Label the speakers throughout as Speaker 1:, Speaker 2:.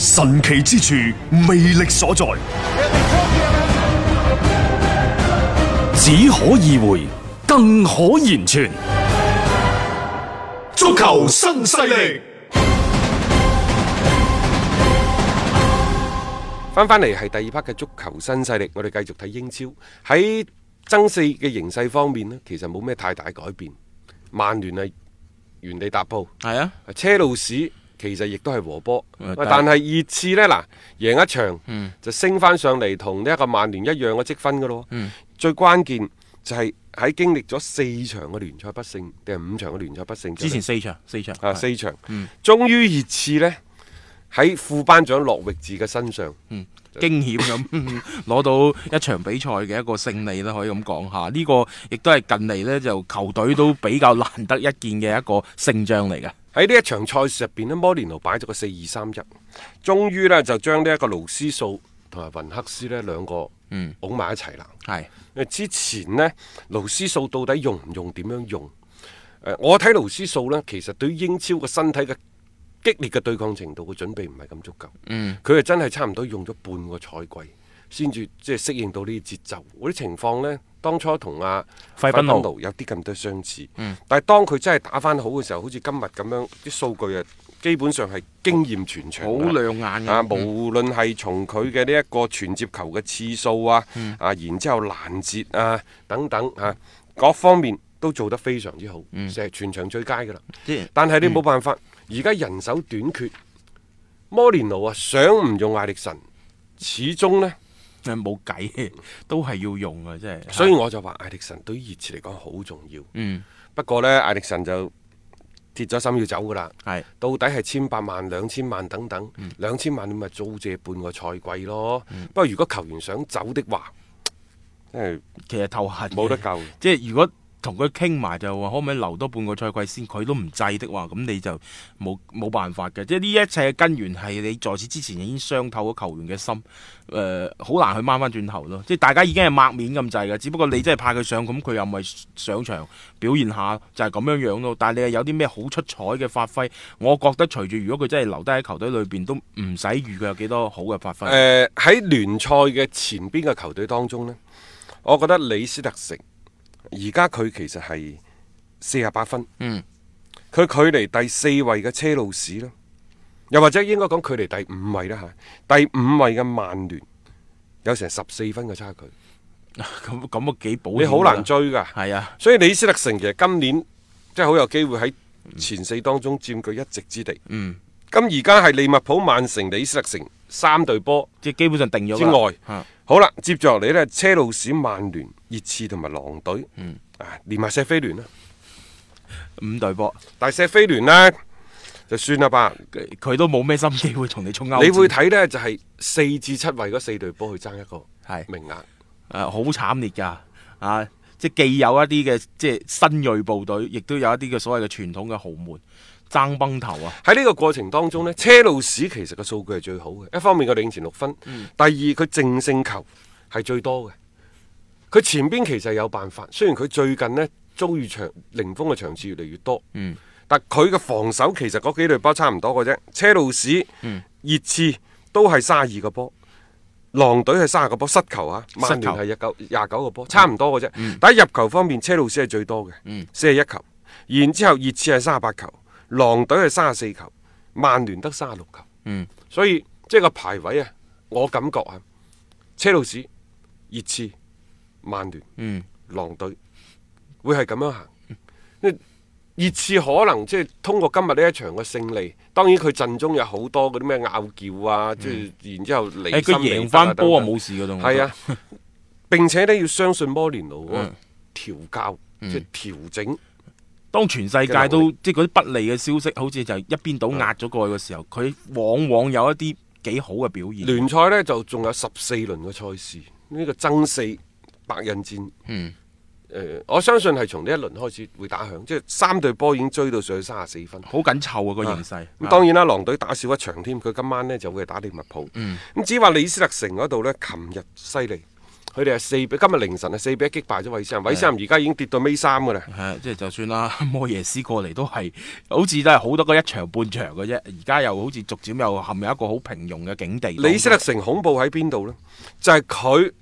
Speaker 1: 神奇之處，魅力所在，
Speaker 2: 只可意會，更可言傳。
Speaker 3: 足球新勢力，
Speaker 4: 翻翻嚟係第二 part 嘅足球新勢力，我哋繼續睇英超喺爭四嘅形勢方面呢，其實冇咩太大改變。曼聯係原地踏步，
Speaker 5: 係啊，
Speaker 4: 車路士其實亦都係和波，
Speaker 5: 嗯
Speaker 4: 但係熱刺呢，嗱贏一場、就升翻上嚟，同呢一個曼聯一樣嘅積分噶咯。
Speaker 5: 嗯
Speaker 4: 最關鍵就係喺經歷咗四場嘅聯賽不勝定係五場嘅聯賽不勝
Speaker 5: 之前
Speaker 4: 之
Speaker 5: 四場，四場嗯
Speaker 4: 後啊
Speaker 5: 係
Speaker 4: 四場，終於熱刺呢，喺副班長諾域治嘅身上。
Speaker 5: 驚險咁 攞到一場比賽嘅一個勝利啦，可以咁講下。呢、個亦都係近嚟呢，就球隊都比較難得一見嘅一個勝仗嚟嘅。
Speaker 4: 喺呢一場賽事入邊呢摩連奴擺咗個四二三一，終於呢就將呢一個勞斯數同埋雲克斯呢兩個
Speaker 5: 嗯
Speaker 4: 拱埋一齊啦。
Speaker 5: 係
Speaker 4: 因為之前呢，勞斯數到底用唔用，點樣用？呃我睇勞斯數呢，其實對於英超嘅身體嘅激烈嘅對抗程度嘅準備唔係咁足夠。
Speaker 5: 嗯
Speaker 4: 佢係真係差唔多用咗半個賽季先至即係適應到呢啲節奏。嗰啲情況呢，當初同阿
Speaker 5: 費賓奴嗯
Speaker 4: 有啲咁多相似。但係當佢真係打翻好嘅時候，好似今日咁樣，啲數據啊，基本上係驚豔全場
Speaker 5: 好
Speaker 4: 㗎。
Speaker 5: 亮眼嘅。
Speaker 4: 啊，無論係從佢嘅呢一個傳接球嘅次數啊，
Speaker 5: 嗯
Speaker 4: 啊，然之後攔截啊等等啊，各方面都做得非常之好，成係全場最佳噶啦。
Speaker 5: 嗯即係嗯
Speaker 4: 但係你冇辦法，而家人手短缺，摩連奴啊，想唔用艾力神，始終呢。
Speaker 5: 誒冇計， 都係要用嘅，真係。
Speaker 4: 所以我就話艾力神對於熱刺嚟講好重要。
Speaker 5: 嗯，
Speaker 4: 不過呢，艾力神就鐵咗心要走噶啦。
Speaker 5: 係
Speaker 4: 到底係千八萬、兩千萬等等，
Speaker 5: 嗯
Speaker 4: 兩千萬你咪租借半個賽季咯。不過如果球員想走的話，真係
Speaker 5: 其實頭痕嘅
Speaker 4: 冇得救。
Speaker 5: 即係如果同佢傾埋就話可唔可以留多半個賽季先，佢都唔制的話，咁你就冇冇辦法嘅。即係呢一切嘅根源係你在此之前已經傷透咗球員嘅心，誒、好難去掹翻轉頭咯。即係大家已經係抹面咁滯嘅，只不過你真係派佢上，咁佢又咪上場表現下就係、咁樣樣咯。但係你係有啲咩好出彩嘅發揮，我覺得隨住如果佢真係留低喺球隊裏邊，都唔使預佢有幾多好嘅發揮。
Speaker 4: 誒喺聯賽嘅前邊嘅球隊當中呢，我覺得李斯特城而家佢其實係四十八分，
Speaker 5: 嗯，
Speaker 4: 佢距離第四位嘅車路士啦，又或者應該講距離第五位啦嚇，第五位嘅曼聯有成十四分嘅差距，
Speaker 5: 咁咁啊幾保險㗎
Speaker 4: 你好難追㗎。
Speaker 5: 係啊，
Speaker 4: 所以李斯特城其實今年即係好有機會喺前四當中佔據一席之地。
Speaker 5: 嗯。
Speaker 4: 咁而家係利物浦、曼城、李斯特城三隊波
Speaker 5: 即係基本上定咗㗎
Speaker 4: 之外，
Speaker 5: 啊
Speaker 4: 好啦，接住落嚟呢，車路士、曼聯、熱刺同埋狼隊，
Speaker 5: 嗯
Speaker 4: 啊，連埋錫菲聯啦。
Speaker 5: 五隊波。
Speaker 4: 但係錫菲聯呢，就算啦吧。
Speaker 5: 佢佢都冇咩心機會同你衝歐戰。
Speaker 4: 你會睇呢，就係四至七位嗰四隊波去爭一個
Speaker 5: 係
Speaker 4: 名額。
Speaker 5: 誒好慘烈㗎啊！即係既有一啲嘅即係新鋭部隊，亦都有一啲嘅所謂嘅傳統嘅豪門爭崩頭啊！
Speaker 4: 喺呢個過程當中呢，車路士其實個數據係最好嘅，一方面佢領前六分，第二佢淨勝球係最多嘅。佢前邊其實有辦法，雖然佢最近呢遭遇場零封嘅場次越嚟越多，
Speaker 5: 嗯
Speaker 4: 但佢嘅防守其實嗰幾隊波差唔多嘅啫。車路士、熱刺都係三十二個波。狼隊係三十個波失球嗯啊，曼聯係廿九廿九個波，差唔多嘅啫。但喺入球方面，車路士係最多嘅，四十一球。然之後熱刺係三十八球，狼隊係三十四球，曼聯得三十六球。
Speaker 5: 嗯，
Speaker 4: 所以即係個排位啊，我感覺啊，車路士、熱刺、曼聯、
Speaker 5: 嗯
Speaker 4: 狼隊會係咁樣行。嗯熱刺可能即係通過今日呢一場嘅勝利，當然佢陣中有好多嗰啲咩拗撬啊，即係然之後離
Speaker 5: 嗯誒
Speaker 4: 心
Speaker 5: 佢
Speaker 4: 離
Speaker 5: 贏
Speaker 4: 德啊
Speaker 5: 翻波啊
Speaker 4: 等等
Speaker 5: 冇事㗎都。
Speaker 4: 係啊，並且呢要相信摩連奴嗰個
Speaker 5: 嗯
Speaker 4: 調教，即係調整。
Speaker 5: 當全世界
Speaker 4: 嘅能
Speaker 5: 都即係嗰啲不利嘅消息，好似就係一邊倒壓咗過去嘅時候，佢往往有一啲幾好嘅表現。
Speaker 4: 聯賽呢，就仲有十四輪嘅賽事，呢、個爭四白刃戰。
Speaker 5: 嗯
Speaker 4: 誒我相信係從呢一輪開始會打響，即係三隊波已經追到上去三十四分。
Speaker 5: 好緊湊啊個形勢。
Speaker 4: 嗯咁當然啦，狼隊打少一場添，佢今晚呢就會係打利物浦。
Speaker 5: 嗯
Speaker 4: 咁至於話李斯特城嗰度呢，琴日犀利，佢哋係四比，今日凌晨係四比一擊敗咗韋斯咸。韋斯咸而家已經跌到尾三㗎啦。
Speaker 5: 係啊即係就算啦，摩耶斯過嚟都係好似都係好多個一場半場嘅啫，而家又好似逐漸又陷入一個好平庸嘅境地。
Speaker 4: 李斯特城恐怖喺邊度呢？就係佢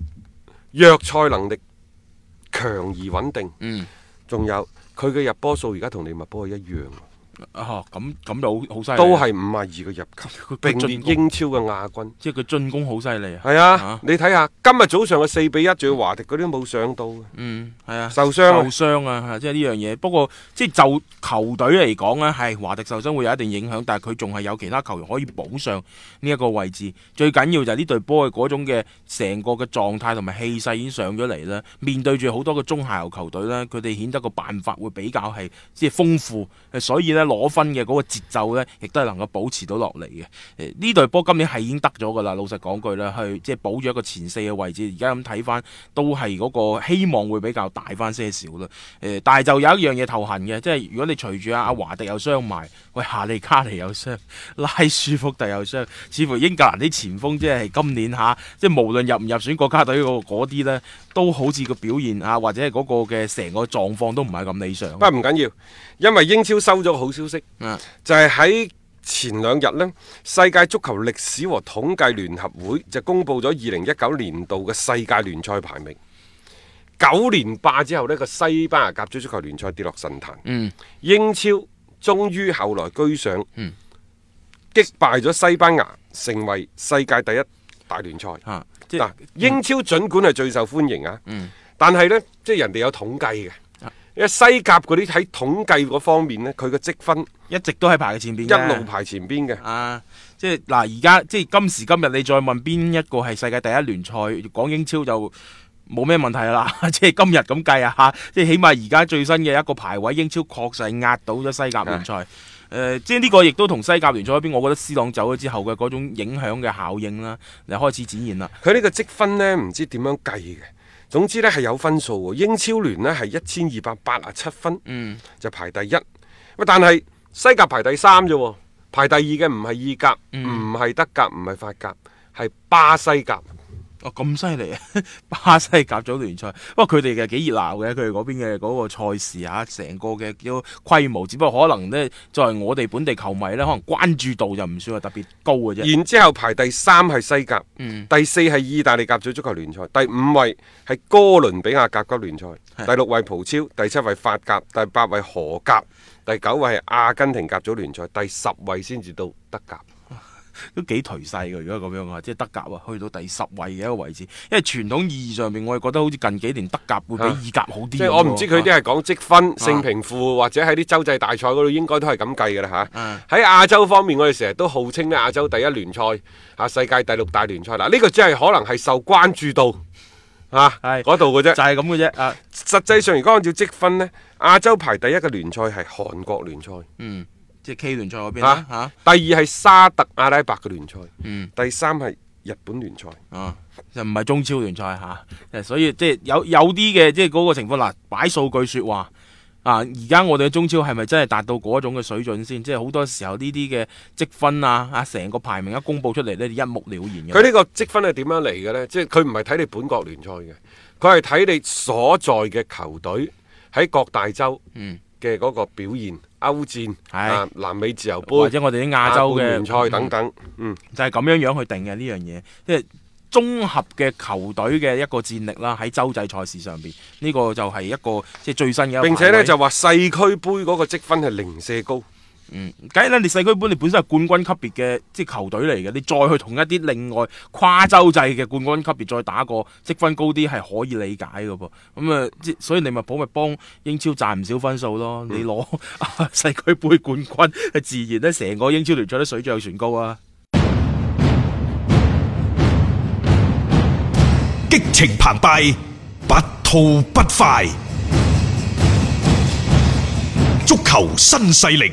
Speaker 4: 弱賽能力強而穩定。
Speaker 5: 嗯
Speaker 4: 仲有佢嘅入波數而家同利物浦係一樣，
Speaker 5: 啊咁咁就好好犀利，
Speaker 4: 都係五啊二嘅入 球，
Speaker 5: 佢
Speaker 4: 並列
Speaker 5: 進攻
Speaker 4: 英超嘅亞軍。
Speaker 5: 即係佢進攻好犀利啊。
Speaker 4: 係啊，你睇下今日早上嘅四比一，仲要華迪嗰啲都冇上到嘅。
Speaker 5: 嗯，系啊，
Speaker 4: 受傷啊
Speaker 5: 受傷啊，係即係呢樣嘢。不過即係就球隊嚟講呢，係華迪受傷會有一定影響，但係佢仲係有其他球員可以補上呢一個位置。最緊要就係呢隊波嘅嗰種嘅成個嘅狀態同埋氣勢已經上咗嚟啦。面對住好多個中下游球隊呢，佢哋顯得個辦法會比較係即係豐富，所以呢，攞分嘅嗰個節奏呢，亦都係能夠保持到落嚟嘅。誒呢隊波今年係已經得咗㗎啦，老實講句啦，去即係保住一個前四嘅位置。而家咁睇翻，都係嗰個希望會比較大翻些少啦。誒、但係就有一樣嘢頭痕嘅，即係如果你隨住阿阿華迪又傷埋，喂夏利卡尼又傷，拉舒福特又傷，似乎英格蘭啲前鋒即係今年嚇，即係無論入唔入選國家隊嗰嗰啲呢，都好似個表現啊，或者係嗰個嘅成個狀況都唔係咁理想
Speaker 4: 不。過唔緊要，因為英超收咗個好消息，
Speaker 5: 嗯
Speaker 4: 就係喺前兩日呢，世界足球歷史和統計聯合會就公布咗二零一九年度嘅世界聯賽排名。九連霸之後呢個西班牙甲組足球聯賽跌落神壇。
Speaker 5: 嗯
Speaker 4: 英超終於後來居上，擊敗咗西班牙，成為世界第一大聯賽。
Speaker 5: 嚇、即係嗯
Speaker 4: 嗱，英超儘管係最受歡迎啊，但係呢，即係人哋有統計嘅，
Speaker 5: 啊
Speaker 4: 因為西甲嗰啲喺統計嗰方面呢，佢嘅積分
Speaker 5: 一直都係排喺前邊嘅
Speaker 4: 一路排前邊嘅。
Speaker 5: 啊，即係嗱，而家即係今時今日，你再問邊一個係世界第一聯賽，講英超就冇咩問題啦。 即係今日咁計啊，嚇即係起碼而家最新嘅一個排位，英超確實係壓倒咗西甲聯賽。誒、即係呢個亦都同西甲聯賽嗰邊，我覺得斯朗走咗之後嘅嗰種影響嘅效應啦，就開始展現啦。
Speaker 4: 佢呢個積分呢，唔知點樣計嘅。總之呢，係有分數喎。英超聯呢，係一千二百八啊七分，
Speaker 5: 嗯
Speaker 4: 就排第一。喂，但係西甲排第三啫喎，排第二嘅唔係意甲，
Speaker 5: 嗯
Speaker 4: 唔係、德甲，唔係法甲，係巴西甲。
Speaker 5: 哦，咁犀利啊！ 巴西甲組聯賽，不過佢哋嘅幾熱鬧嘅，佢哋嗰邊嘅嗰個賽事嚇，成個嘅叫規模，只不過可能呢，作為我哋本地球迷呢，可能關注度就唔算話特別高嘅啫。
Speaker 4: 然之後排第三係西甲，第四係意大利甲組足球聯賽，第五位係哥倫比亞甲級聯賽，第六位葡超，第七位法甲，第八位荷甲，第九位係阿根廷甲組聯賽，第十位先至到德甲。
Speaker 5: 都幾頹勢嘅。如果咁樣啊，即係德甲啊，去到第十位嘅一個位置，因為傳統意義上面，我係覺得好似近幾年德甲會
Speaker 4: 啊
Speaker 5: 比意甲好啲喎。
Speaker 4: 即係我唔知佢啲係講積分、勝平負，或者喺啲洲際大賽嗰度應該都係咁計㗎啦
Speaker 5: 嗯
Speaker 4: 嚇。喺亞洲方面，我哋成日都號稱咧亞洲第一聯賽啊，世界第六大聯賽嗱，呢個只係可能係受關注度啊
Speaker 5: 係
Speaker 4: 嗰度嘅啫
Speaker 5: 就。係咁嘅啫啊！
Speaker 4: 實際上，如果按照積分呢，亞洲排第一嘅聯賽係韓國聯賽，
Speaker 5: 嗯，即係 K 聯賽嗰邊
Speaker 4: 嚇、
Speaker 5: 啦嚇。
Speaker 4: 第二係沙特阿拉伯嘅聯賽，
Speaker 5: 啊嗯
Speaker 4: 第三係日本聯賽。
Speaker 5: 啊，就唔係中超聯賽嚇，誒所以即係有有啲嘅即係嗰個情況嗱，擺數據説話啊，而家我哋嘅中超係咪真係達到嗰種嘅水準先？即係好多時候呢啲嘅積分啊啊，成個排名一公佈出嚟呢，一目了然嘅。
Speaker 4: 佢呢個積分係點樣嚟嘅呢？即係佢唔係睇你本國聯賽嘅，佢係睇你所在嘅球隊喺各大洲嘅嗰個表現、歐戰、
Speaker 5: 嗯係
Speaker 4: 啊南美自由杯啊
Speaker 5: 或者我哋啲亞洲嘅
Speaker 4: 亞冠聯賽等等。嗯，
Speaker 5: 就係咁樣樣去定嘅呢樣嘢，即係綜合嘅球隊嘅一個戰力啦，喺洲際賽事上邊，呢、個就係一個即係最新嘅一個排位。
Speaker 4: 並且呢，就話世區杯嗰個積分係零舍高。
Speaker 5: 嗯梗係啦，你世區杯你本身係冠軍級別嘅即係球隊嚟嘅，你再去同一啲另外跨洲際嘅冠軍級別再打個積分高啲係可以理解嘅噃。咁、啊，即所以利物浦咪幫英超賺唔少分數咯。你攞、啊世區杯冠軍，自然咧成個英超聯賽都水漲船高啊！
Speaker 3: 激情澎湃，不吐不快。足球新勢力，